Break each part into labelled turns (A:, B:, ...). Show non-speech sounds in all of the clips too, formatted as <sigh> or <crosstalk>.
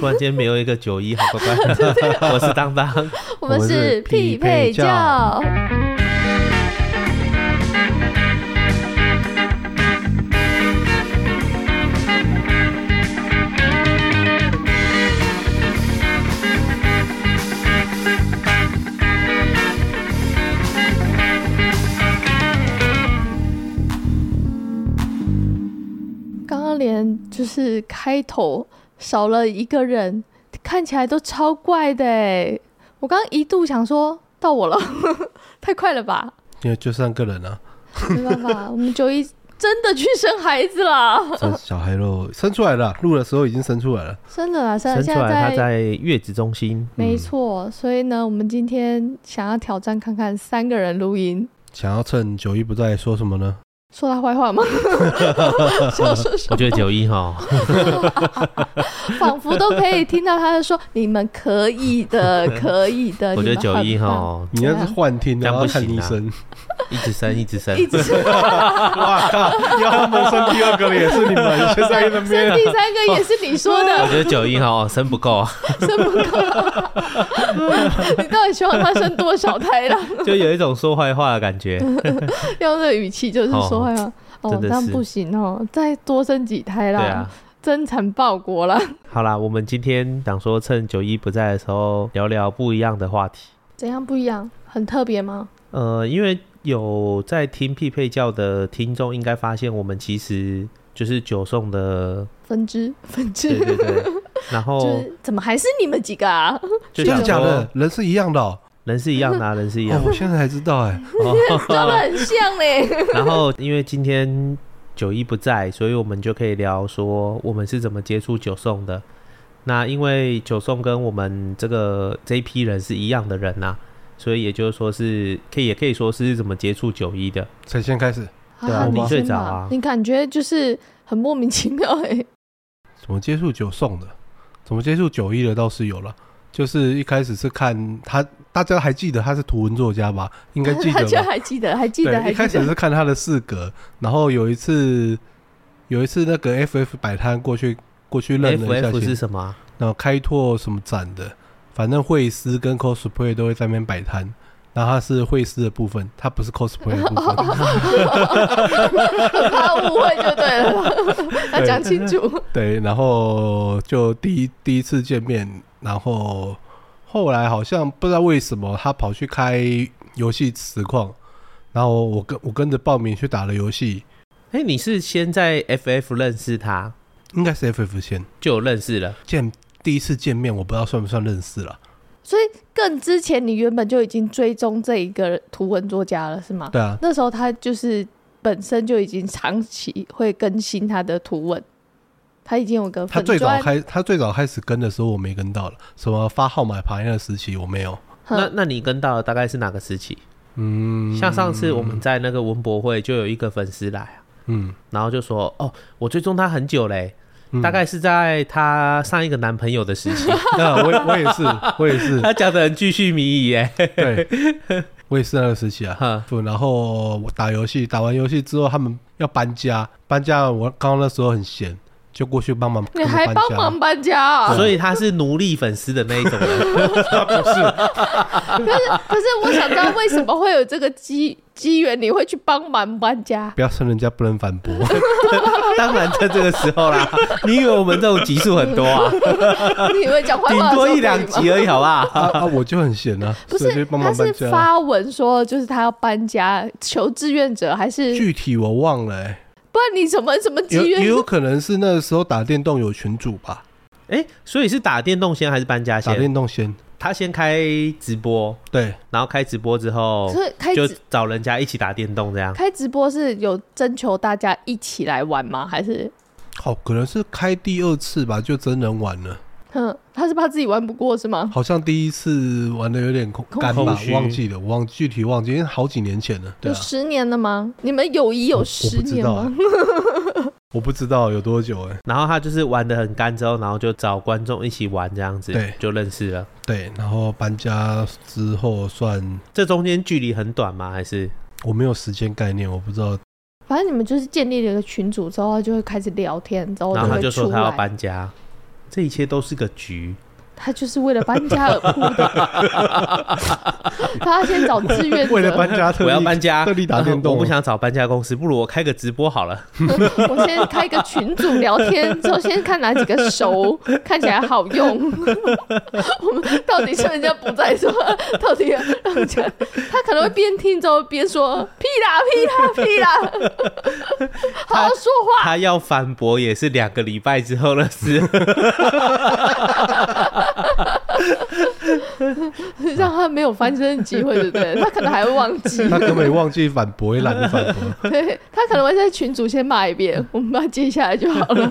A: 突然间没有一个九一，好乖乖。我 <laughs> 是当当，
B: <laughs> 我
C: 们
B: 们
C: 是
B: 是
C: 匹
B: 匹
C: 配
B: 配
C: 教
B: 教。刚刚连就是开头少了一个人，看起来都超怪的哎！我刚刚一度想说到我了， <laughs> 太快了吧？
C: 因为就三个人啊，
B: 没办法，我们九一真的去生孩子了，
C: 生小孩喽，生出来了，录的时候已经生出来了。
B: 真的啦，现在
A: 生出
B: 现
A: 来
B: 在
A: 他在嗯月子中心，
B: 没错，所以呢，我们今天想要挑战看看三个人录音，
C: 想要趁九一不在说什么呢？
B: 说他坏
A: <laughs>
B: 话吗？笑说
A: 我
B: 说，
A: 觉得九一
B: <laughs>
A: 哈，
B: 仿佛都可以听到他在说：“你们可以
A: <laughs>
B: 的，可以的。”
A: 我觉得九一
B: 你们很棒，
A: 哈，
C: 你要是幻听的，
A: 这
C: 然
A: 样
C: 后
A: 不
C: 看
A: 行
C: 医
A: 啊
C: 生。
A: 一直生一直生，
B: <laughs>
A: <laughs>
B: 一直是
C: 哇靠！ <laughs> 要萌生第二个了，也是你们，现在那
B: 生第三个也是你说
A: 我
B: 的，
A: 觉得九一哈生不够，啊
B: <laughs> 生不够。你到底希望他生多少胎
A: <laughs>
B: 啦？
A: 就有一种说坏话的感觉。
B: 啊用这个语气就是说话吗？哦，
A: 真的
B: 这样
A: 是
B: 不行哦，再多生几
A: 对
B: 胎啦
A: 啊，，
B: 增产报国啦。
A: 好啦，我们今天想说趁九一不在的时候聊聊不一样的话题。
B: 怎样不一样？很特别吗？
A: 呃，因为有在听匹配教的听众应该发现，我们其实就是九送的，
B: 分支分支
A: 对，对哦对。然
B: <laughs> 就
A: 后
B: 是怎么还是你们几个啊？
A: <laughs> 就
C: <laughs> 真
A: 想
C: 的假
A: 说
C: 的？人是一样的哦。
A: 人是一样
C: <laughs>
A: 的、啊，人是一样
C: 哦，
A: 的。哦
C: 我现在才知道哎。
B: 装的很像嘞。
A: <laughs> 然后因为今天九一不在，所以我们就可以聊说我们是怎么接触九送的。那因为九送跟我们这个这一批人是一样的人呐、所以也就是说是可以也可以说是怎么接触九一的。
C: 谁先开始？
A: 对啊
B: 啊
C: 我
B: 你
C: 们
A: 最
B: 先
A: 早
B: 吧
A: 啊
B: 你感觉就是很莫名其妙哎。
C: 怎么接触九送的？怎么接触九一的倒是有了，就是一开始是看他，大家还记得他是图文作家吧？应该
B: <laughs>
C: 记
B: 大
C: 得
B: 家
C: 吧？
B: 还记得，还记得，
C: 对，
B: 还
C: 一开
B: 记 <laughs>
C: 始
B: 得。
C: 是看他的四格，然后有一次，有一次那个 FF 摆摊过去过去认了一下
A: FF 是
C: 先，
A: 什么啊？
C: 然后开拓什么展的，反正会师跟 cosplay 都会在那边摆摊。然后他是会师的部分，他不是 cosplay 的部分。
B: 怕误会就对
A: <laughs>
B: 了，要讲清楚。
C: 对，然后就第一第一次见面，然后后来好像不知道为什么他跑去开游戏实况，然后我跟我跟着报名去打了游戏，
A: 哎、你是先在 FF 认识他，
C: 应该是 FF 先。
A: 就有认识了。
C: 见第一次见面，我不知道算不算认识了。
B: 所以更之前，你原本就已经追踪这一个图文作家了，是吗？
C: 对啊，
B: 那时候他就是本身就已经长期会更新他的图文，他已经有个
C: 他
B: 粉
C: 最早
B: 砖。
C: 开他最早开始跟的时候，我没跟到了。什么发号码牌那个时期我没有。 <laughs>
B: 哼
A: 那那你跟到的大概是哪个时期？
C: 嗯，
A: 像上次我们在那个文博会就有一个粉丝来啊，
C: 嗯，
A: 然后就说：“哦，我追踪他很久嘞、
C: 嗯
A: 大概是在她上一个男朋友的时期，
C: <laughs>
A: <laughs>
C: 那我也我也是我
B: <laughs>
C: 也是
A: 她讲的很继续迷疑
C: <laughs>
A: 哎，
C: 对，我也是那个时期啊。
A: 哈
C: 不，然后我打游戏，打完游戏之后他们要搬家，搬家我刚刚那时候很闲，就过去帮忙
B: 你
C: 跟着
B: 还
C: 搬
B: 帮
C: 家。
B: 忙搬家啊？
A: 所以她是奴隶粉丝的那一种
C: <laughs>
A: 人，
B: <laughs> 可是我想知道为什么会有这个机机缘，你会去帮忙搬家？
C: 不要趁人家不能反
B: <laughs>
C: 驳，
A: 当然在这个时候啦，你以为我们这种集数很多
C: <laughs>
A: 啊？
B: 你会讲坏
A: 顶
B: 话的时
A: 多
B: 候可以吗
A: 一两集而已，好不好？
C: <laughs> 啊啊，我就很闲啊，
B: 不
C: 所以
B: 是
C: 就，帮忙
B: 他
C: 搬
B: 是
C: 家。
B: 发文说，就是他要搬家，求志愿者还是
C: 具体我忘了、欸，
B: 不然你什么什么
C: 有
B: 志
C: 也
B: 愿？
C: 有可能是那时候打电动有群主吧，
A: 哎、所以是打电动先还是搬家
C: 打
A: 先？
C: 电动先。
A: 他先开直播，
C: 对，
A: 然后开直播之后
B: 所以开
A: 就
B: 直
A: 找人家一起打电动这样。
B: 开直播是有征求大家一起来玩吗？还是
C: 好，可能是开第二次吧，就真人玩了。
B: 哼，他是怕自己玩不过是吗？
C: 好像第一次玩的有点空
B: 空
C: 干吧
A: 虚，
C: 忘记了，我忘具体忘记，因为好几年前了。对
B: 有
C: 啊，
B: 十年了吗？你们友谊有十年
C: 我
B: 吗？
C: 哎 <laughs> 我不知道有多久哎、
A: 然后他就是玩的很干之后，然后就找观众一起玩这样子，
C: 对
A: 就认识了。
C: 对，然后搬家之后算
A: 这中间距离很短吗？还是
C: 我没有时间概念，我不知道。
B: <laughs> 反正你们就是建立了一个群组之后，他就会开始聊天，之后
A: 然后他
B: 会
A: 就
B: 出
A: 说他要
B: 来。
A: 搬家，这一切都是个 <laughs> 局。
B: 他就是为了搬家而哭的，他要先找志愿者。
C: <laughs> 为了搬家特
A: <laughs>
C: 地，
A: 我要搬家，
C: 特地打电动，
A: 我不想找搬家公司，不如我开个直播好 <laughs> 了。
B: 我先开个群组聊天，之后先看哪几个熟，看起来好用。我们到底趁人家不在说，到底要让人家他可能会边听之后边说屁啦屁啦屁啦，好好说话。
A: 他要反驳也是两个礼拜之后的 <laughs> 事。
B: 让他没有翻身的机会，对不对？他可能还会忘
C: <laughs>
B: 记，
C: 他根本也忘记反驳，也懒得反
A: <laughs>
C: 驳。
B: 对他可能会在群主先骂一遍，我们把它接下来就好了，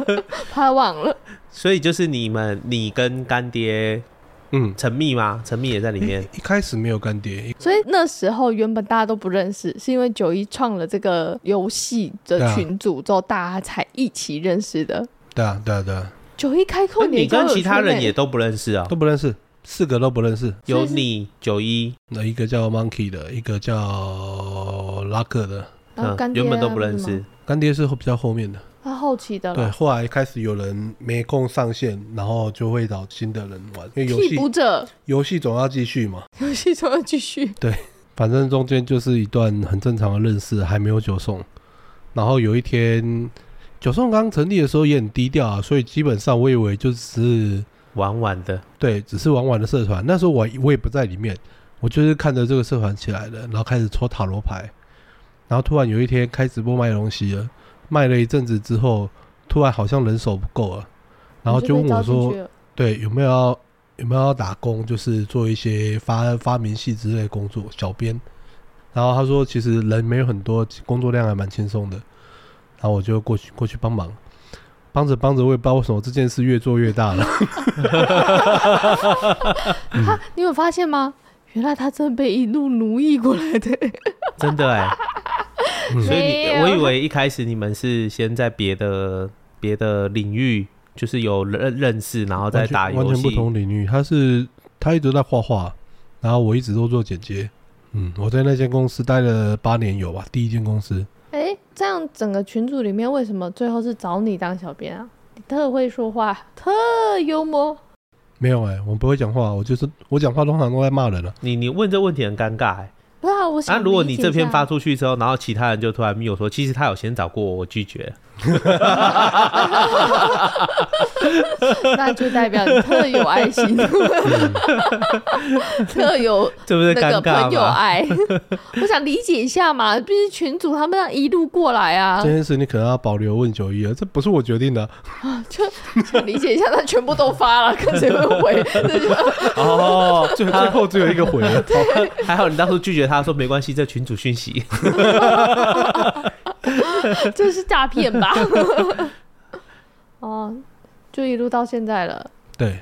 B: 怕他忘了。
A: 所以就是你们，你跟干爹 <laughs>
C: 嗯，
A: 陈密吗？陈密也在里面。 <laughs>
C: 一开始没有干爹，
B: 所以那时候原本大家都不认识，是因为九一创了这个游戏的群组之后，大家才一起认识的。
C: 对啊，对啊，对啊，
B: 九一开
A: 那
B: 拓
A: 哎你
B: 年交
A: 跟
B: 友圈
A: 其他人
B: 内
A: 也都不认识哦，
C: 都不认识，四个都不认识。
A: 有
B: 是是
A: 你九一，
C: 那一个叫 Monkey 的，一个叫拉克的，
B: 然后干
A: 嗯，
B: 爹啊
A: 原本都不认
B: 什么
A: 识
B: 的，
C: 干爹是比较后面的。
B: 他后期的
C: 对，
B: 了。
C: 后来开始有人没空上线，然后就会找新的人玩，因为游
B: 替补
C: 戏
B: 者 <laughs>
C: 游戏总要继续嘛。
B: 游戏总要继续，
C: 反正中间就是一段很正常的认识，还没有九送。然后有一天，九送刚成立的时候也很低调啊，所以基本上我以为就只是
A: 玩玩的。
C: 对，只是玩玩的社团。那时候我我也不在里面，我就是看着这个社团起来的，然后开始抽塔罗牌，然后突然有一天开直播卖东西了，卖了一阵子之后，突然好像人手不够了，然后
B: 你就
C: 就问
B: 被
C: 我
B: 招进
C: 说
B: 去，了，
C: 对，有没有要有没有要打工，就是做一些发发明系之类的工作，小编。然后他说，其实人没有很多，工作量还蛮轻松的。然后我就过去过去帮忙，帮着帮着，我也不知道为什么这件事越做越大了。
B: 他你有发现吗？原来他真的被一路奴役过来 <laughs> 的，
A: 真的哎、
C: 嗯
A: 所以
B: 没
A: 你
B: 有
A: 我以为一开始你们是先在别的别的领域，就是有认认识，然后再
C: 完全
A: 打
C: 完
A: 游
C: 全不
A: 戏。
C: 同领域。他是他一直在画画，然后我一直都做剪接。嗯，我在那间公司待了八年有吧，第一间公司。
B: 哎，这样整个群组里面，为什么最后是找你当小编啊？你特会说话，特幽默，
C: 没有哎、我不会讲话，我就是我讲话通常都在骂人啊了、
A: 你你问这问题很尴尬哎、
B: 对啊，我
A: 那、
B: 想、
A: 如果你这篇发，出去之后，然后其他人就突然密我说，其实他有先找过我，我拒绝。 <laughs>
B: 那就代表你特有爱
C: <laughs>
B: 心，特有
A: 这不是尴
B: 那个
A: 尬
B: 朋友啊
A: 吗？
B: 爱。我想理解一下嘛，毕竟群主他们这样一路过来啊
C: 这，件事你可能要保留问九一了，这不是我决定的啊、
B: 就想理解一下，他全部都发了，看谁会回。 <laughs> 这就
A: 哦，
C: 最最后只有一个回
A: <laughs>
C: 了。
A: 还好你当初拒绝他说没关系，这群主讯息。
B: 这是诈骗吧？ <laughs> 哦，就一路到现在了。
C: 对，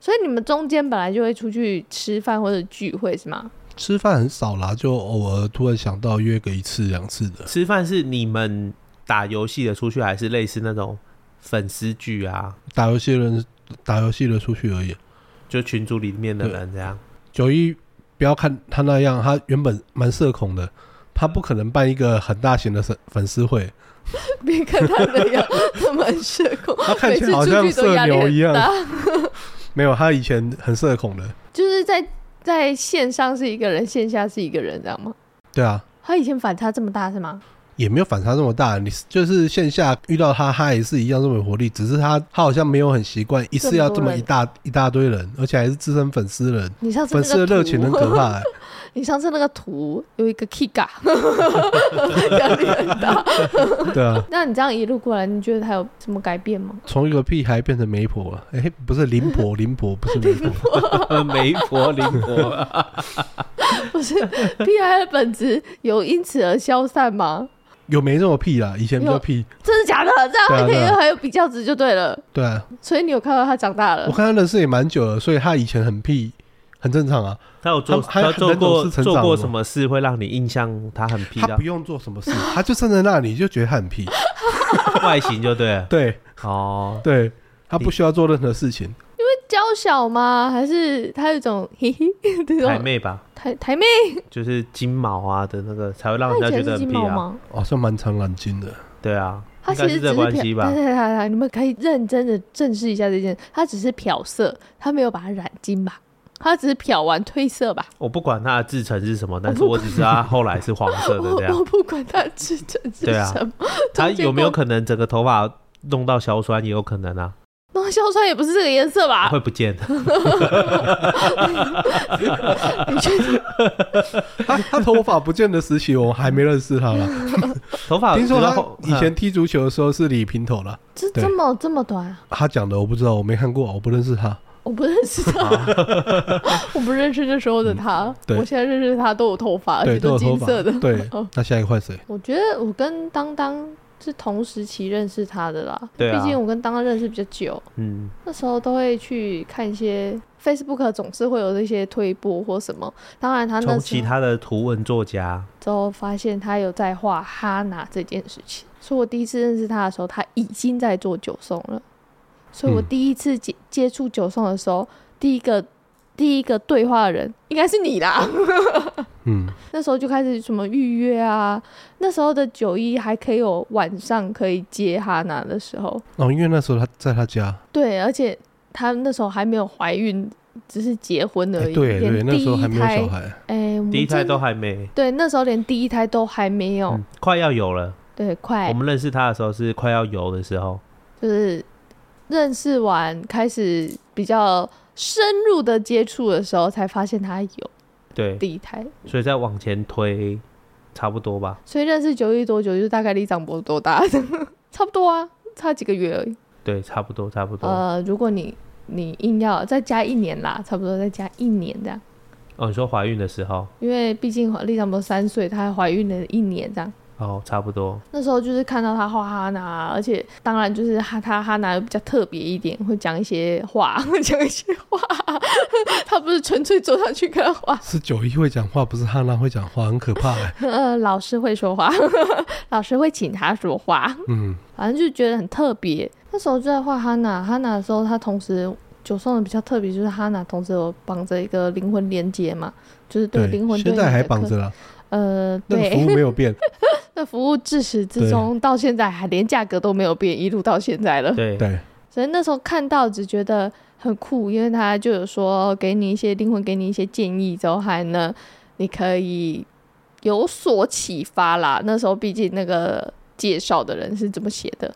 B: 所以你们中间本来就会出去吃饭或者聚会是吗？ <laughs>
C: 吃饭很少啦，就偶尔突然想到约个一次两次的。
A: 吃饭是你们打游戏的出去，还是类似那种粉丝剧啊？
C: 打游戏的人打游戏的出去而已。
A: 就群组里面的人这样。
C: 九一不要看他那样，他原本蛮社恐的，他不可能办一个很大型的粉粉丝会，
B: 别看他那样那么社恐，
C: 他看
B: 每
C: 起
B: 次
C: 来好
B: 出
C: 像
B: 去都
C: 社
B: 压
C: 牛一
B: 力很大
C: 样。。没有，他以前很社恐的。
B: 就是在在线上是一个人，线下是一个人，知道吗？
C: 对啊，
B: 他以前反差这么大是吗？
C: 也没有反差这么大。你就是线下遇到他，他也是一样这么有活力，只是他他好像没有很习惯一次要这么一大一大堆人，而且还是资深粉丝人，
B: 你上次
C: 粉
B: 那
C: 丝的
B: 个
C: 热情很
B: 图，
C: 可怕、欸。
B: <laughs> 你上次那个图有一个 Kiga，压力很大。
C: 对啊，
B: 那你这样一路过来，你觉得他有什么改变吗？ <laughs>
C: 从一个屁孩变成媒婆了。哎、不是林婆，林婆不是媒
A: <laughs>
C: 婆，
A: 媒婆灵活，
B: 不是 P I 的本质有因此而消散吗？
C: 有没这么屁啦？以前比较屁。
B: 真的假的？这样还可
C: 对啊对
B: 以
C: 啊
B: 还有比较值就对了。
C: 对啊，
B: 所以你有看到他长大了
C: 我，看他认识也蛮久了，所以他以前很屁，很正常啊。
A: 他有做，他
C: 他他
A: 有做
C: 人总
A: 过
C: 是成
A: 做
C: 长
A: 过
C: 的
A: 什么事会让你印象他很屁
C: 他
A: 的
C: 不用做什么事，他就站在那里就觉得他很屁。
A: 外形就对了。
C: 啊对
A: 哦，
C: 对，他不需要做任何事情。
B: 娇小吗？还是他有一种嘿嘿这
A: 台
B: 种
A: 妹吧，
B: 台台妹？
A: 就是金毛啊的那个才会让
B: 他
A: 人家
B: 以
A: 觉得
B: 前是
A: 很
B: 金
A: 屁
B: 毛
A: 啊。
B: 吗？
C: 好像哦蛮长蓝鲸的，
A: 对啊，
B: 他
A: 应
B: 其
A: 该
B: 实
A: 是
B: 只
A: 这
B: 是
A: 关
B: 漂，
A: 系吧
B: 对。对对对，你们可以认真的正视一下这件，他只是漂色，他没有把它染金吧？他只是漂完褪色吧？
A: 我不管它的制成是什么，但是我只知道它后来是黄色的
B: 我
A: 这样
B: 我。不管他制成是
A: 对啊
B: 什么，
A: 它
B: 中间
A: 有没有
B: 过
A: 可能整个头发弄到硝酸也有可能啊，
B: 那硝酸也不是这个颜色吧？
A: 会不见的。
B: 你确定
C: 他他头发不见的时期，我还没认识
B: <laughs>
C: 他了。
A: 头
B: 啊
A: 发
C: 听说
A: 直到
C: 他
A: 后
C: 以
B: 嗯
C: 前踢足球的时候是理平头了。
B: 这
C: 对
B: 这么这么短啊？
C: 他讲的我不知道，我没看过，我不认识他。
B: 我不认识他，我不认识那时候的他。
C: 对
B: 我现在认识他都有头发，而
C: 对，
B: 且
C: 都有头
B: 哦金
C: 发
B: 色的。。 <laughs> 哦
C: 对，那下一个换谁？
B: 我觉得我跟当当是同时期认识他的啦，
A: 对啊
B: 毕竟我跟当当认识比较久，
A: 嗯，
B: 那时候都会去看一些 Facebook 总是会有那些推播或什么。当然他那
A: 从
B: 时
A: 其
B: 候
A: 他的图文作家，
B: 之后发现他有在画哈娜这件事情，所以我第一次认识他的时候，他已经在做九送了。所以我
C: 嗯
B: 第一次接接触九送的时候，第一个第一个对话的人应该是你啦。 <laughs>
C: 嗯，
B: 那时候就开始什么预约啊，那时候的九一还可以有晚上可以接哈娜的时候，
C: 哦，因为那时候他在他家，
B: 对，而且她那时候还没有怀孕，只是结婚而
C: 哎
B: 已，
C: 对
B: 连
C: 对，那时候还没
B: 呃第
C: 有
B: 一胎，
C: 小孩，
B: 哎、我们
A: 第一胎
B: 真的
A: 都还没，
B: 对，那时候连第一胎都还没有，
A: 嗯，快要有了。
B: 对，快
A: 我们认识他的时候是快要有的时候，
B: 就是认识完开始比较深入的接触的时候，才发现他有
A: 对，
B: 第一胎。
A: 所以再往前推，差不多吧。
B: 所以认识九一多久，就是大概李长博多大， <laughs> 差不多啊，差几个月而已。
A: 对，差不多，差不多。
B: 呃，如果你你硬要再加一年啦，差不多再加一年这样，
A: 哦，你说怀孕的时候，
B: 因为毕竟李长博三岁，她怀孕了一年这样。
A: 哦，差不多。
B: 那时候就是看到他画哈娜，啊而且当然就是哈他哈娜又比较特别一点，会讲一些话， <laughs> 会讲一些话， <laughs> 他不是纯粹坐上去跟他画，
C: 是九一会讲话，不是汉娜会讲话，很可怕、欸。
B: 呃，老师会说话， <laughs> 老师会请他说话， <laughs>
C: 嗯，
B: 反正就觉得很特别。那时候就在画哈娜，哈娜的时候，他同时九送的比较特别，就是哈娜同时有绑着一个灵魂连接嘛，就是对灵魂
C: 现
B: 对应
C: 在还
B: 的
C: 绑
B: 课
C: 着，了，
B: 呃，
C: 那个
B: 对，
C: 服务没有
B: <laughs>
C: 变。
B: 那服务自始至终到现在还连价格都没有变，一路到现在了。
A: 对，
C: 对，
B: 所以那时候看到只觉得很酷，因为他就有说给你一些灵魂，给你一些建议之后，还呢你可以有所启发啦。那时候毕竟那个介绍的人是怎么写的，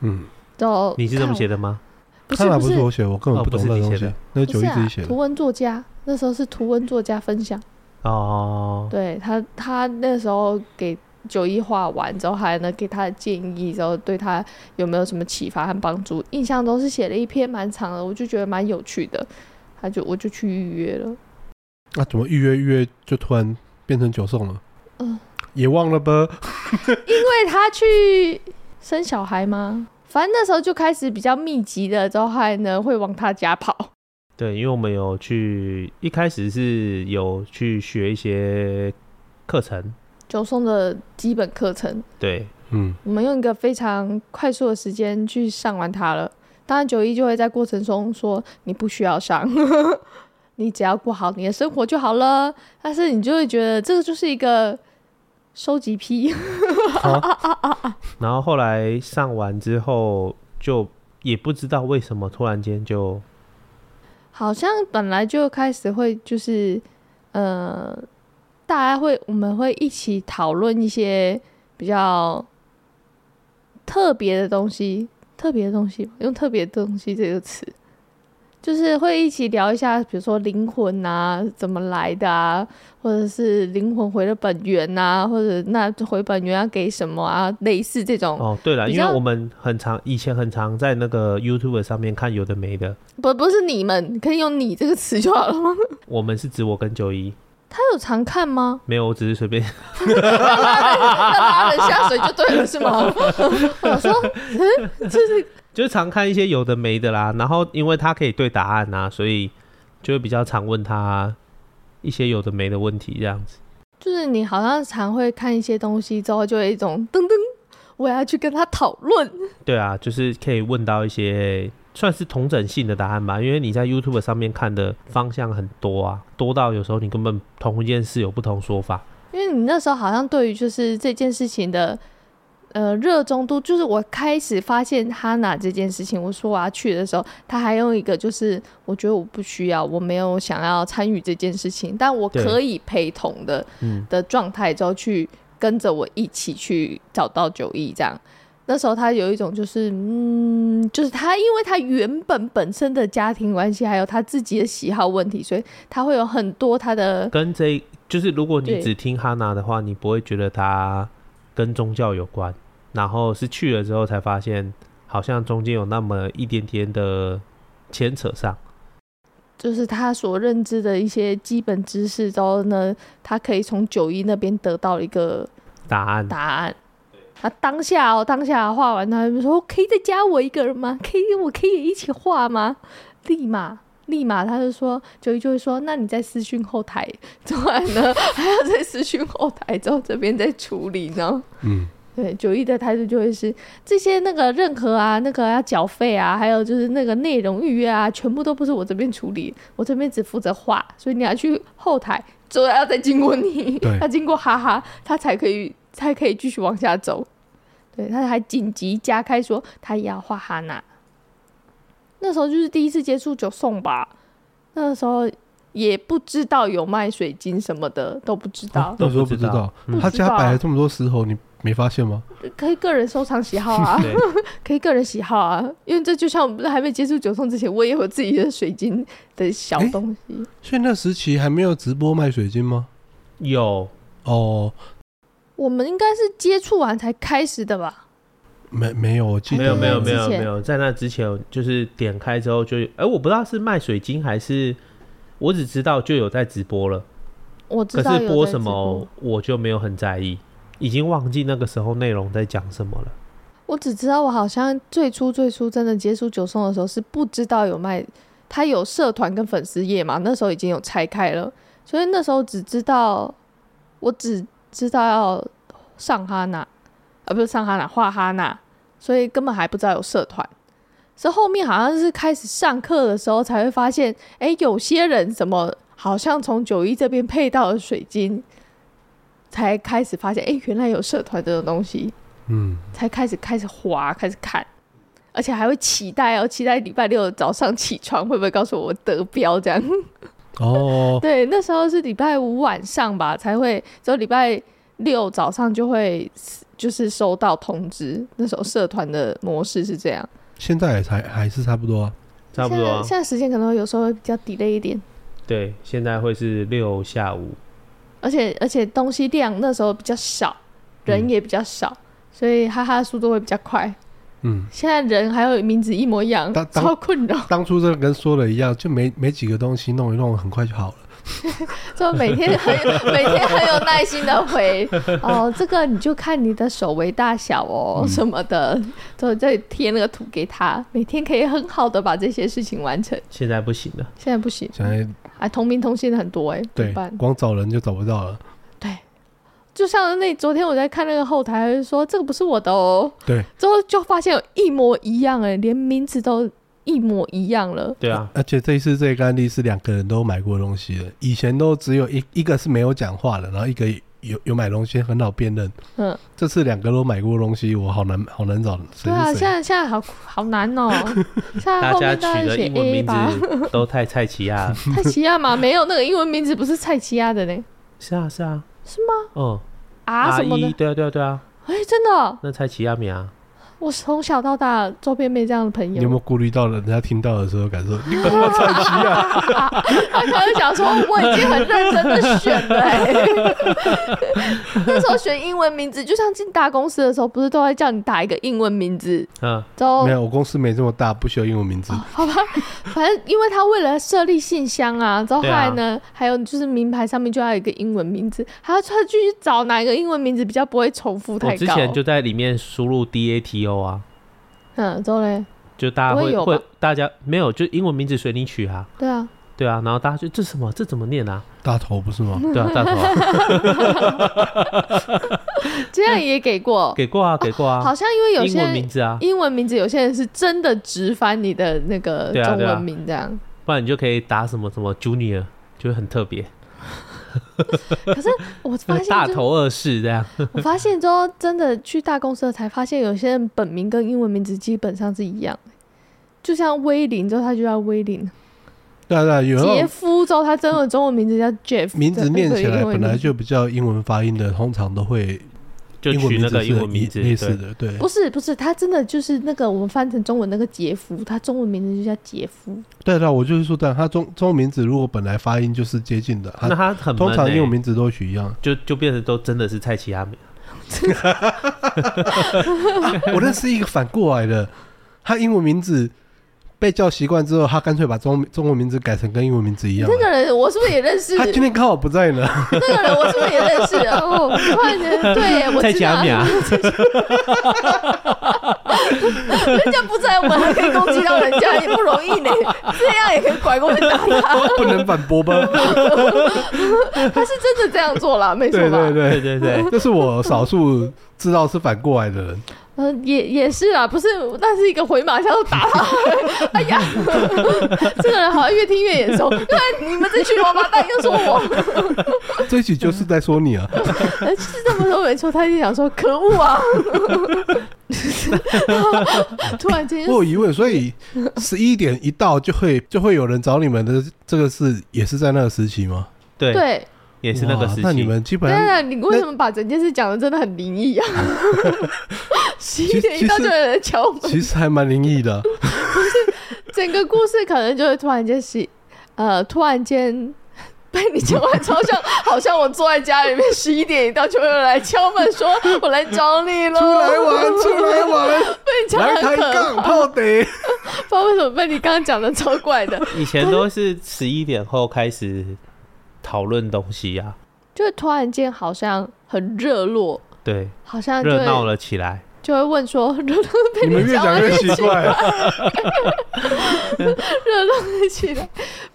C: 嗯，
B: 然后
A: 你是这么写
B: 的？
A: 的吗？
B: 不
C: 汉
B: 是
C: 娜
B: 不
C: 是
B: 是
C: 我写，我根本
A: 哦
C: 不
A: 不
C: 懂
A: 是
C: 那
A: 你
C: 东
A: 写
C: 西
A: 的，
C: 那是
B: 不
C: 九
B: 是
C: 一
B: 啊
C: 自己写，的
B: 图。文作家那时候是图文作家分享，
A: 哦，
B: 对他他那时候给。九一画完之后，还呢给他的建议，之后对他有没有什么启发和帮助？印象中是写了一篇蛮长的，我就觉得蛮有趣的，他就我就去预约了。
C: 那、怎么预约预约就突然变成九送了？
B: 嗯
C: 也忘了吧。
B: 因为他去生小孩吗？反正那时候就开始比较密集的，之后还呢会往他家跑。
A: 对，因为我们有去，一开始是有去学一些课程，
B: 九送的基本课程，
A: 对，
C: 嗯，
B: 我们用一个非常快速的时间去上完它了。当然，九一就会在过程中说你不需要上， <laughs> 你只要过好你的生活就好了。但是你就会觉得这个就是一个收集癖，哦 <laughs>
A: 然后后来上完之后，就也不知道为什么突然间就
B: 好像本来就开始会就是，呃，大家会我们会一起讨论一些比较特别的东西，特别的东西吧，用特别的东西这个词，就是会一起聊一下，比如说灵魂啊怎么来的啊，或者是灵魂回了本源啊，或者那回本源要给什么啊，类似这种。
A: 哦，对了，
B: 比
A: 因为
B: 较
A: 我们很常以前很常在那个 YouTube 上面看有的没的，
B: 不不是你们，可以用你这个词就好了吗？
A: 我们是指我跟九一，
B: 他有常看吗？
A: 没有，我只是随便
B: 要拉人下水就对了，是吗？我说，嗯，就是，
A: 就是常看一些有的没的啦。然后因为他可以对答案啊，所以就会比较常问他一些有的没的问题这样子。
B: 就是你好像常会看一些东西之后，就有一种噔噔，我要去跟他讨论。
A: 对啊，就是可以问到一些算是同整性的答案吧，因为你在 YouTube 上面看的方向很多啊，多到有时候你根本同一件事有不同说法。
B: 因为你那时候好像对于就是这件事情的呃热衷度，就是我开始发现哈娜这件事情，我说我要去的时候，他还用一个就是我觉得我不需要，我没有想要参与这件事情，但我
A: 对
B: 可以陪同的
A: 嗯，
B: 的状态之后去跟着我一起去找到九一这样。那时候他有一种就是，嗯，就是他，因为他原本本身的家庭关系，还有他自己的喜好问题，所以他会有很多他的
A: 跟这就是如果你
B: 对
A: 只听哈娜的话，你不会觉得它跟宗教有关，然后是去了之后才发现，好像中间有那么一点点的牵扯上。
B: 就是他所认知的一些基本知识之后呢，他可以从九一那边得到一个
A: 答案
B: 答案。他当下哦，当下画完，他就说：“哦可以再加我一个人吗？可以，我可以一起画吗？”立马，立马，他就说：“九一就会说，那你在私讯后台， <laughs> 之后呢，还要在私讯后台之后这边再处理呢。”
C: 嗯，
B: 对，九一的态度就会是这些那个任何啊，那个要缴费啊，还有就是那个内容预约啊，全部都不是我这边处理，我这边只负责画，所以你要去后台， <laughs> 之后要再经过你
C: 对，
B: 要经过哈哈，他才可以才可以继续往下走。对，他还紧急加开说他也要画哈娜。那时候就是第一次接触九送吧，那时候也不知道有卖水晶什么的，都不知道。
C: 那时候
A: 不
C: 不
A: 知
C: 知
A: 道
C: 道
A: 嗯，
C: 他
B: 不知
C: 家
B: 道
C: 摆了这么多石头，你没发现吗？
B: 可以个人收藏喜好
A: <laughs>
B: 啊，
A: 对，
B: 可以个人喜好啊，因为这就像我们还没接触九送之前，我也有自己的水晶的小东西。
C: 所以那时期还没有直播卖水晶吗？
A: 有
C: 哦，
B: 我们应该是接触完才开始的吧？
C: 没没有，我记
A: 没
C: 得
A: 有没有没
B: 之
A: 有
B: 前
A: 没有，在那之前就是点开之后就有，哎、我不知道是卖水晶还是我只知道就有在直播了，
B: 我
A: 可
B: 知道有
A: 是
B: 在
A: 播
B: 直
A: 什么我就没有很在意，已经忘记那个时候内容在讲什么了。
B: 我只知道我好像最初最初真的接触九送的时候是不知道有卖，它有社团跟粉丝页嘛，那时候已经有拆开了，所以那时候只知道，我只知道要上哈娜，啊不是上哈娜画哈娜，所以根本还不知道有社团。是后面好像是开始上课的时候才会发现，哎，有些人怎么好像从九一这边配到的水晶，才开始发现，哎，原来有社团这种东西。
C: 嗯，
B: 才开始开始滑，开始看，而且还会期待哦，期待礼拜六早上起床会不会告诉我我得标
A: <laughs>
B: 这样。
C: 哦，
B: 对，那时候是礼拜五晚上吧才会，只有礼拜六早上就会就是收到通知。那时候社团的模式是这样，
C: 现在也才还是差不多啊。
A: 差不多、
B: 现
A: 啊
B: 在，现在时间可能有时候会比较 delay 一点，
A: 对，现在会是六下午，
B: 而且而且东西量那时候比较少，人
A: 嗯
B: 也比较少，所以哈哈的速度会比较快。
C: 嗯，
B: 现在人还有名字一模一样
C: 当，当
B: 超困扰。
C: 当初这个跟说的一样，就没没几个东西弄一弄，很快就好了。
B: 就每天很 <laughs> 每天很有耐心的回哦，这个你就看你的手围大小哦、
C: 嗯
B: 什么的，就再贴那个图给他，每天可以很好的把这些事情完成。
A: 现在不行了。
B: 现在不行，
C: 现在
B: 哎，同名同姓的很多哎、怎
C: 对
B: 么办？
C: 光找人就找不到了。
B: 对，就像那昨天我在看那个后台，就说这个不是我的哦，
C: 对，
B: 之后就发现有一模一样哎、连名字都一模一样了。
A: 对啊，
C: 而且这一次这个案例是两个人都买过东西的，以前都只有一一个是没有讲话的，然后一个有有买东西很好辨认。
B: 嗯，
C: 这次两个都买过东西，我好难好难找谁
B: 对啊，
C: 是
B: 现
C: 谁。
B: 在现在好好难哦、现在
A: 大
B: 后
A: 家
B: 面当
A: 取
B: 然
A: 的
B: 写
A: 英文
B: A
A: 名
B: 吧。
A: 字 <laughs> 都太蔡奇亚了。 <laughs>
B: 蔡奇亚吗？没有，那个英文名字不是蔡奇亚的呢。
A: 是啊，是啊，
B: 是吗？
A: 嗯，
B: 啊
A: 阿
B: 什么
A: 一，
B: 的？
A: 对啊，对啊，对啊，
B: 哎、真的哦、
A: 那蔡奇亚米啊，
B: 我从小到大周边没这样的朋
C: 你有没有
B: <laughs> 友，
C: 顾虑到人家听到的时
B: <laughs>
C: 候感受？你跟我
B: 他可能想说我已经很认真的选
A: <laughs>
B: 了、欸，那时候选英文名字，就像进大公司的时候，不是都会叫你打一个英文名字，
A: 嗯，
B: 之后
C: 没有，我公司没这么大，不需要英文名字。
B: 好吧，反正因为他为了设立信箱啊，之后后
A: 对啊
B: 来呢，还有就是名牌上面就要有一个英文名字，还要特地去找哪一个英文名字比较不会重复太
A: 我
B: 高。
A: 之前就在里面输入 DATO 啊，
B: 嗯，之后嘞，
A: 就大家
B: 不会
A: 会
B: 有
A: 会
B: 吧
A: 大家没有，就英文名字随你取啊，
B: 对啊，
A: 对啊，然后大家就这什么这怎么念啊？
C: 大头不是吗？
B: 嗯
A: 对啊，大头啊、
B: <laughs> 这样也给过，
A: 给过啊，给过啊，
B: 好像因为有
A: 英
B: 些
A: 文名
B: 人
A: 字啊，
B: 英文名字，有些人是真的直翻你的那个
A: 对啊
B: 中
A: 对啊
B: 文名这样。
A: 不然你就可以打什么什么 Junior，就会很特别，
B: 可是我发现
A: 大
B: 就是
A: 头二世这样。
B: 我发现之后，真的去大公司了才发现，有些人本名跟英文名字基本上是一样的，就像威林之后他就叫威林，
C: 对啊对啊，有那
B: 杰
C: 种
B: 夫之后他真的中文名字叫 Jeff，
C: 名字
B: 对
C: 念起
B: 那个
C: 来
B: 英文
C: 本来
B: 名字
C: 就比较英文发音的，通常都会
A: 就
C: 英文
A: 取
C: 名
A: 那
C: 字
A: 个
C: 是
A: 英文名字，
C: 类似
A: 对
C: 的，对。
B: 不是不是，他真的就是那个我们翻成中文那个杰夫，他中文名字就叫杰夫，
C: 对对啊，我就是说，但他中中文名字如果本来发音就是接近的，他
A: 那他很
C: 通
A: 闷
C: 常
A: 欸
C: 英文名字都会取一样。
A: 就就变成都真的是蔡奇阿米，
C: <laughs> 我认识一个反过来的，他英文名字被叫习惯之后，他干脆把中中文名字改成跟英文名字一样啊
B: 那。个人我是不是也认识？
C: 他
B: 那
C: 今天刚好不在呢，
B: <laughs> 个人我是不是也认识？哦，突然间对耶，我
A: 蔡
B: 知
A: 奇
B: 道
A: 阿米
B: <laughs>
A: 啊，
B: 人家不在，我还可以攻击到人家，也不容易
C: <laughs>
B: 呢。这样也可以拐过去打他，
C: 不能反
B: <laughs>
C: 驳吧？
B: 他是真的这样做了，没错
C: 对
B: 吧
A: 对
C: 对？对，
A: 对对，
C: 这是我少数知道是反过来的人。
B: 嗯、也也是啦，不是，那是一个回马枪打他。 <laughs> 哎呀，这个人好像越听越眼熟。看你们这群王八蛋又说我， <laughs>
C: 这一集就是在说你啊，
B: 呃是这么说没错。他就想说，可恶啊！<laughs>
C: <laughs>
B: 突然间
C: 我
B: 就
C: 有疑问，所以十一点一到就会就会有人找你们的，这个是也是在那个时期吗？
A: 对，
B: 对，
A: 也是那个
C: 哇
A: 时期。
C: 那你们基本
B: 当
C: 上
B: 啊然，你为什么把整件事讲的真的很灵异
C: <laughs>
B: 啊？十一点一到就有人敲门，
C: 其实还蛮灵异
B: <laughs>
C: 的。
B: 整个故事可能就是突然间是，呃，突然间被你讲完之后，像好像我坐在家里面十一点一到就有人来敲门说我来找你了，
C: 出来玩，出来
B: <laughs>
C: 玩，
B: 被你讲得
C: 来抬
B: 啊很可
C: 杠
B: 怕，
C: 泡得。
B: 不知道为什么被你刚刚讲的超怪的，
A: 以前都是十一点后开始讨论东西啊呀、
B: 就是突然间好像很热络，
A: 啊，对，
B: 好像就
A: 热闹
B: 会
A: 了起来。
B: 就会问说 <laughs> 热闹被
C: 你们越
B: 讲
C: 讲
B: 完
C: 越
B: 就
C: 奇怪，
B: 热闹起来，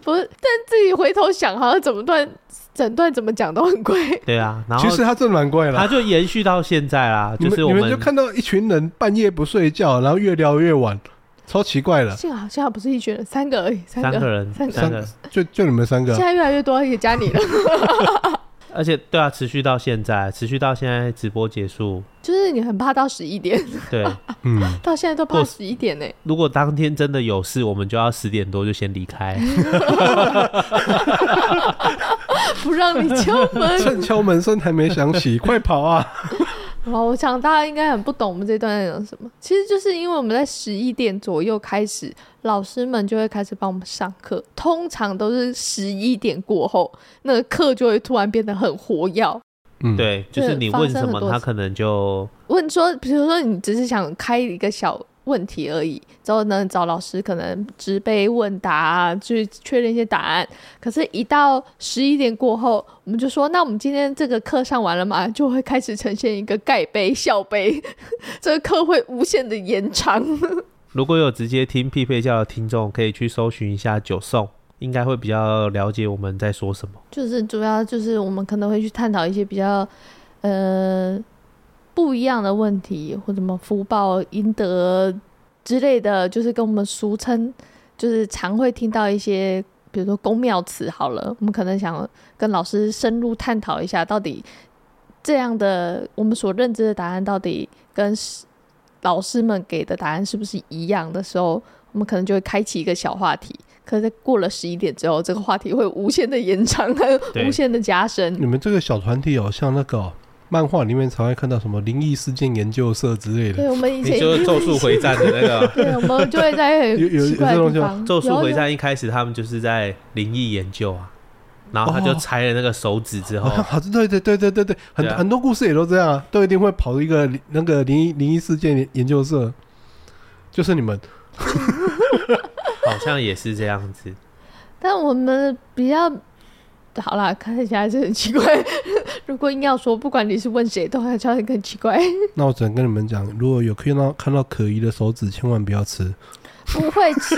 B: 不是，但自己回头想，好像整段整段怎么讲都很怪。
A: 对啊，然后
C: 其实他真的蛮怪
A: 它
C: 的。
A: 就延续到现在啦，
C: 你
A: 就
C: 们
A: 是
C: 你
A: 我
C: 们就看到一群人半夜不睡觉，然后越聊越晚，超奇怪的。
B: 幸好幸好不是一群人，三个而已，三
A: 三
B: 个
A: 个人，
B: 三个
A: <laughs> 三个，
C: 就就你们三个
B: 现，在越来越多，也加你了。
A: 而且对啊，持续到现在，持续到现在直播结束。
B: 就是你很怕到十
A: <laughs>
B: 一点，
A: 对，
C: 嗯，
B: 到现在都怕
A: 过
B: 十一点呢、
A: 如果当天真的有事，我们就要十点多就先离开。
C: 嗯
B: 不让你敲
A: <laughs>
B: 门。
C: 趁敲门声还没响起，快跑啊！
B: 哇，我想大家应该很不懂我们这段在讲什么。其实就是因为我们在十一点左右开始，老师们就会开始帮我们上课，通常都是十一点过后，那个课就会突然变得很活跃。
C: 嗯，，
A: <laughs> 对，就是你问什么，他可能就
B: 问说，比如说你只是想开一个小问题而已，之后呢找老师可能直杯问答啊去确认一些答案。可是，一到十一点过后，我们就说，那我们今天这个课上完了嘛，就会开始呈现一个盖杯、 <laughs> 笑杯，这个课会无限的延长。
A: 如果有直接听匹配教的听众，可以去搜寻一下九颂，应该会比较了解我们在说什么。
B: 就是主要就是我们可能会去探讨一些比较呃不一样的问题，或什么福报、阴德之类的，就是跟我们俗称，就是常会听到一些，比如说公庙词好了，我们可能想跟老师深入探讨一下，到底这样的我们所认知的答案到底跟是老师们给的答案是不是一样的时候，我们可能就会开启一个小话题。可是在过了十一点之后，这个话题会无限的延长，还有 <laughs>
A: 对
B: 无限的加深
C: 你。们这个小团体哦，像那个哦漫画里面常会看到什么灵异事件研究社之类的。
B: 对，我们以前
A: 你就是《咒
B: <laughs>
A: 术回战》的那个
B: 对，我们就会在
C: 有有
B: 很奇怪
C: 有
B: 的
C: 这东西
B: 地
C: 吗
B: 方。
A: 《咒术
B: 有
A: 回
B: 有
A: 战》，一开始他们就是在灵异研究啊，然后他
C: 哦
A: 就拆了那个手指之后
C: 好，像好，对对对对对对，很
A: 对啊
C: 很多故事也都这样啊，都一定会跑一个那个灵异灵异事件研究社，就是你们
A: 好像也是这样 <laughs> 子。
B: 但我们比较好啦，看起来是很奇怪。 <laughs> 如果硬要说，不管你是问谁，都还觉得很奇怪。
C: 那我只能跟你们讲，如果有看到看到可疑的手指，千万不要
B: <laughs>
C: 吃。
B: 不会 <laughs> 吃，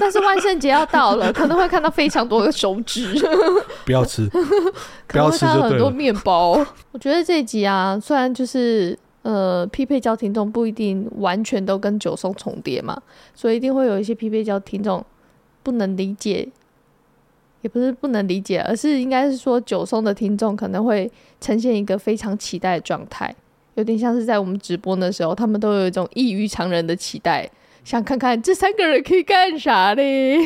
B: 但是万圣节要到了，可能会看到非常多的手指，
C: 不要吃，
B: 可能
C: 要
B: 会
C: 吃
B: 看到
C: 就对
B: 很多
C: 了
B: 面包。 <laughs> 我觉得这一集啊，虽然就是呃匹配交听众不一定完全都跟九松重叠嘛，所以一定会有一些匹配交听众不能理解。也不是不能理解，而是应该是说九松的听众可能会呈现一个非常期待的状态，有点像是在我们直播的时候，他们都有一种异于常人的期待，想看看这三个人可以干啥嘞。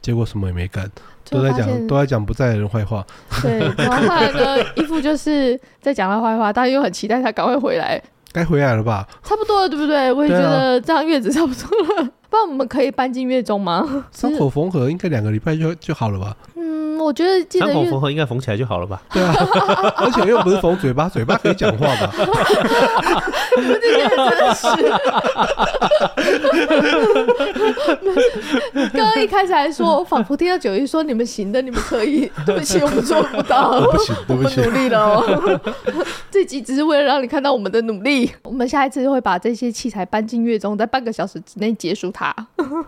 C: 结果什么也没干，
B: 就
C: 都在
B: 发
C: 讲
B: 现
C: 都在讲不在的人坏话。 <laughs>
B: 对，然后后来呢，一副就是在讲他坏话，但又很期待他赶快回来，
C: 该回来了吧？
B: 差不多了，对不对？我也觉
C: 对啊
B: 得这样月子差不多了，不然我们可以搬进月中吗？
C: 伤口缝合应该两个礼拜就就好了吧？
B: <laughs> 嗯，我觉得记
A: 伤
B: 得
A: 口
B: 月
A: 缝合应该缝起来就好了吧？
C: 对啊， <laughs> 而且又不是缝嘴巴，嘴巴可以讲话吧？
B: <laughs> 刚刚一开始还说，我仿佛听到九一说你们行的，你们可以， <laughs> 对不起，我们做不到。
C: 我不行，
B: 我
C: <laughs> 对不
B: 们
C: 起
B: 努，力了哦， <laughs> 这集只是为了让你看到我们的努力。我们下一次会把这些器材搬进月中，在半个小时之内结束它。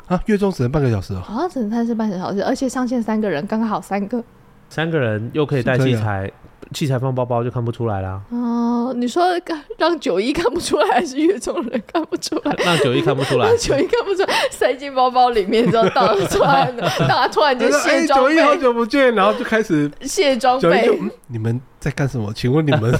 C: 啊，月中只能半个小时哦。
B: 好像只能算是半个小时，而且上线三个人，刚刚好三个。
A: 三个人又可以带啊器材，器材放包包就看不出来啦，
B: 哦，你说让九一看不出来，还是月中人看不出来？
A: 让九一看不出来
B: 让。九一看不出来，塞进包包里面，然后到了突然， <laughs> 大家突然间
C: 就是
B: 卸
C: 哎，
B: 妆
C: 九一好
B: 备，
C: 久不见，然后就开始
B: 卸妆
C: 九一就
B: 备，
C: 嗯，你们在干什么？请问你
B: <laughs>
C: 们？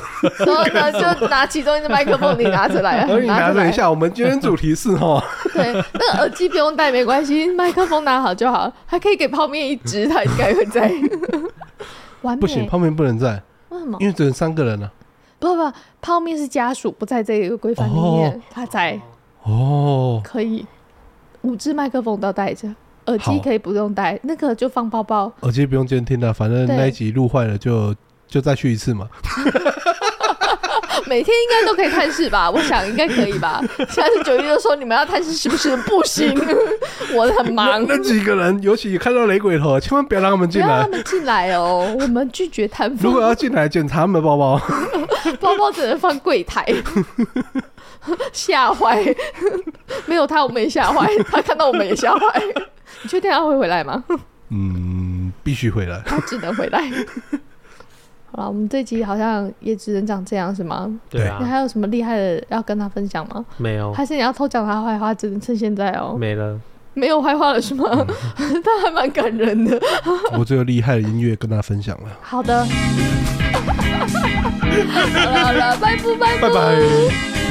B: 然后呢就拿其中一只麦克风，你拿着
C: <laughs>
B: 来，
C: 哎而你拿
B: 出
C: 着
B: 来啊
C: 一。下，我们今天主题是
B: <laughs>
C: 哦，
B: 对，那耳机不用戴没关系，麦克风拿好就好，还可以给泡面一支，他应该会
C: <laughs>
B: 在。完美，
C: 不行，泡面不能在，
B: 为什么？
C: 因为只能三个人啊了。
B: 不不，泡面是家属，不在这个规范里面
C: 哦，
B: 他在。
C: 哦，
B: 可以，五支麦克风都带着，耳机
C: 好
B: 可以不用带，那个就放包包。 <laughs>
C: 耳哦机不用监听了，反正
B: 对
C: 那一集录坏了就就再去一次嘛。
B: 每天应该都可以探视
C: <laughs>
B: 吧？我想应该可以吧。下次九一就说你们要探视是不是？不
C: <laughs>
B: 行，我很忙，
C: 那几个人，尤其看到雷鬼头，千万不要让他们
B: 不
C: 进
B: 要让 <laughs>
C: 来
B: 他。们进来哦。我们拒绝探访
C: 如果，要进来检查他们的包包，
B: <laughs> 包包只能放柜
C: <laughs>
B: 台。吓坏， <laughs> 没有他我们也吓坏，他看到我们也吓坏。
C: <laughs>
B: 你确定他会回来吗？
C: 嗯，必须回来。
B: 他只能回来。好了，我们这集好像也只能长这样，是吗？
A: <laughs> 对
B: 你
A: 啊，
B: 还有什么厉害的要跟他分享吗？
A: 没有
B: 还是你要偷讲他坏话？只能趁现在哦，
A: 哦没了。
B: 没有坏话了是吗？ <laughs> 他还蛮感人的。
C: 我只有厉害的音乐跟大家分享
B: <laughs>
C: 了，
B: 好的，好了好了，拜不拜不
C: 拜拜。